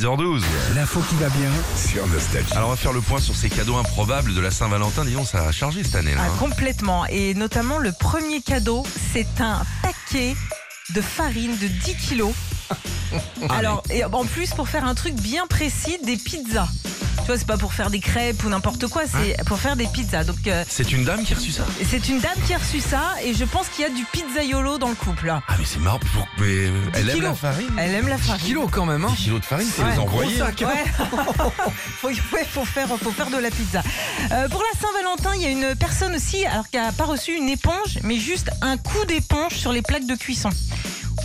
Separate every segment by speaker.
Speaker 1: 6h12.
Speaker 2: L'info qui va bien
Speaker 3: Eh
Speaker 2: sur Nostalgie.
Speaker 1: Alors on va faire le point sur ces cadeaux improbables de la Saint-Valentin. Disons, ça a chargé cette année. Là,
Speaker 4: Ah,
Speaker 1: hein.
Speaker 4: complètement. Et notamment, le premier cadeau, c'est un paquet de farine de 10 kilos.
Speaker 1: Ah
Speaker 4: Alors, et en plus, pour faire un truc bien précis, des pizzas. Tu vois, c'est pas pour faire des crêpes ou n'importe quoi, c'est
Speaker 1: Hein
Speaker 4: pour faire des pizzas. Donc, euh,
Speaker 1: C'est une dame qui a reçu ça.
Speaker 4: c'est une dame qui a reçu ça et je pense qu'il y a du pizzaiolo dans le couple.
Speaker 1: Ah mais c'est marrant. pour- Mais elle
Speaker 3: ben,
Speaker 1: aime
Speaker 4: kilos.
Speaker 1: la farine.
Speaker 4: Elle aime la farine.
Speaker 3: Kilo quand même, hein
Speaker 1: 10 kilos de farine, c'est
Speaker 4: Ouais.
Speaker 1: les
Speaker 4: Gros
Speaker 1: envoyer.
Speaker 4: Ouais. faut, ouais, faut faire, faut faire de la pizza. Euh, pour la Saint-Valentin, il y a une personne aussi alors, qui n'a pas reçu une éponge, mais juste un coup d'éponge sur les plaques de cuisson.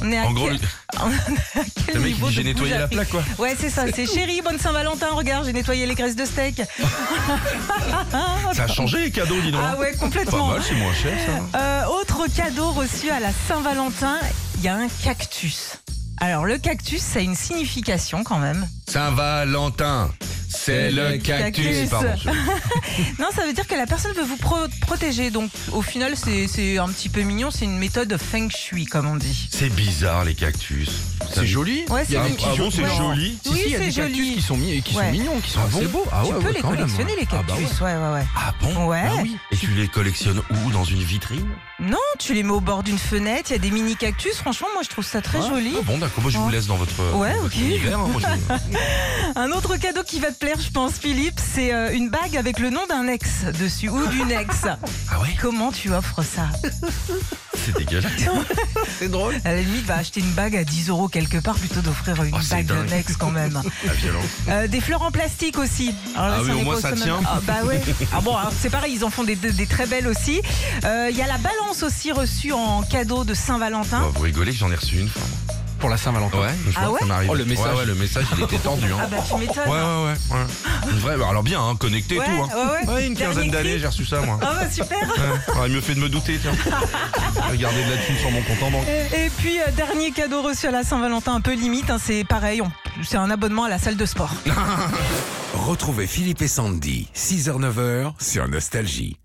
Speaker 4: On est à
Speaker 1: En gros,
Speaker 4: quel,
Speaker 1: le,
Speaker 4: à quel
Speaker 1: le mec
Speaker 4: niveau
Speaker 1: dit j'ai
Speaker 4: de
Speaker 1: nettoyé la
Speaker 4: bougerie
Speaker 1: plaque quoi.
Speaker 4: Ouais, c'est ça, c'est chérie, bonne Saint-Valentin, regarde, j'ai nettoyé les graisses de steak.
Speaker 1: Ça a changé les cadeaux, dis donc. hein.
Speaker 4: ah ouais,
Speaker 1: Pas
Speaker 4: complètement.
Speaker 1: mal, c'est moins cher ça.
Speaker 4: Euh, autre cadeau reçu à la Saint-Valentin, il y a un cactus. Alors le cactus, ça a une signification quand même.
Speaker 3: Saint-Valentin, c'est le cactus.
Speaker 4: Cactus.
Speaker 3: Pardon, je-
Speaker 4: Non, ça veut dire que la personne veut vous pro- protéger. Donc, au final, c'est c'est un petit peu mignon. C'est une méthode feng shui, comme on dit.
Speaker 1: C'est bizarre les cactus. Ça-
Speaker 3: C'est joli.
Speaker 4: Ouais, c'est
Speaker 3: Il y a
Speaker 4: des
Speaker 3: des petits
Speaker 4: petits-
Speaker 1: Ah bon, c'est
Speaker 4: ouais.
Speaker 1: joli.
Speaker 3: Si,
Speaker 4: Oui,
Speaker 3: si, il y a
Speaker 4: c'est
Speaker 3: des cactus
Speaker 4: joli.
Speaker 3: qui sont, mi- qui sont
Speaker 4: Ouais.
Speaker 3: mignons, qui sont
Speaker 1: Ah
Speaker 3: assez
Speaker 1: bon
Speaker 3: beaux. Ah
Speaker 4: tu
Speaker 3: ouais,
Speaker 4: peux
Speaker 3: ouais,
Speaker 4: les
Speaker 3: quand même,
Speaker 4: collectionner,
Speaker 3: hein.
Speaker 4: les
Speaker 3: Ah bah
Speaker 4: cactus.
Speaker 3: ouais.
Speaker 4: Ouais, ouais,
Speaker 1: Ah bon
Speaker 4: ouais. Ouais.
Speaker 3: Bah oui.
Speaker 1: Et tu les collectionnes où Dans une vitrine
Speaker 4: Non, tu les mets au bord d'une fenêtre. Il y a des mini cactus. Franchement, moi, je trouve ça très
Speaker 1: Ah,
Speaker 4: joli.
Speaker 1: ah bon, d'accord. Moi, je vous
Speaker 4: Ouais.
Speaker 1: laisse dans votre,
Speaker 4: Ouais,
Speaker 1: votre
Speaker 4: ok.
Speaker 1: univers. hein, moi, je-
Speaker 4: Un autre cadeau qui va te plaire, je pense, Philippe, c'est euh, une bague avec le nom d'un ex dessus ou d'une ex.
Speaker 1: Ah ouais
Speaker 4: Comment tu offres ça
Speaker 1: C'est dégueulasse.
Speaker 3: C'est drôle.
Speaker 4: À la limite, va acheter une bague à 10 euros quelque part plutôt d'offrir une
Speaker 1: Oh, c'est
Speaker 4: bague
Speaker 1: dingue.
Speaker 4: d'un ex quand même.
Speaker 1: La violence.
Speaker 4: Euh, des fleurs en plastique aussi. Alors là,
Speaker 1: Ah oui,
Speaker 4: si on
Speaker 1: au
Speaker 4: est
Speaker 1: moins,
Speaker 4: pas
Speaker 1: ça
Speaker 4: sommet-
Speaker 1: tient.
Speaker 4: Ah, bah ouais. Ah bon, alors, c'est pareil, ils en font des, des- des très belles aussi. Euh, Il y a la balance aussi reçue en cadeau de Saint-Valentin.
Speaker 1: Oh, vous rigolez, j'en ai reçu une fois.
Speaker 3: Pour la Saint-Valentin.
Speaker 1: Ouais, une fois,
Speaker 4: Ah ouais
Speaker 1: ça m'arrive.
Speaker 3: Oh, le message.
Speaker 1: Ouais, ouais, le message, il était tendu. Hein.
Speaker 4: Ah bah tu m'étonnes.
Speaker 1: ouais, ouais, ouais, ouais. Une vraie, bah, alors bien, hein, connecté et
Speaker 4: Ouais,
Speaker 1: tout. Hein.
Speaker 4: ouais, ouais.
Speaker 1: une
Speaker 4: Dernier
Speaker 1: quinzaine d'années,
Speaker 4: cri.
Speaker 1: j'ai reçu ça, moi.
Speaker 4: Ah bah super
Speaker 1: Ouais, aurait mieux fait de me douter, tiens. Regardez de la thune sur mon compte en banque.
Speaker 4: Et et puis euh, dernier cadeau reçu à la Saint-Valentin un peu limite, hein, c'est pareil, on- c'est un abonnement à la salle de sport.
Speaker 2: Retrouvez Philippe et Sandy, 6h-9h sur Nostalgie.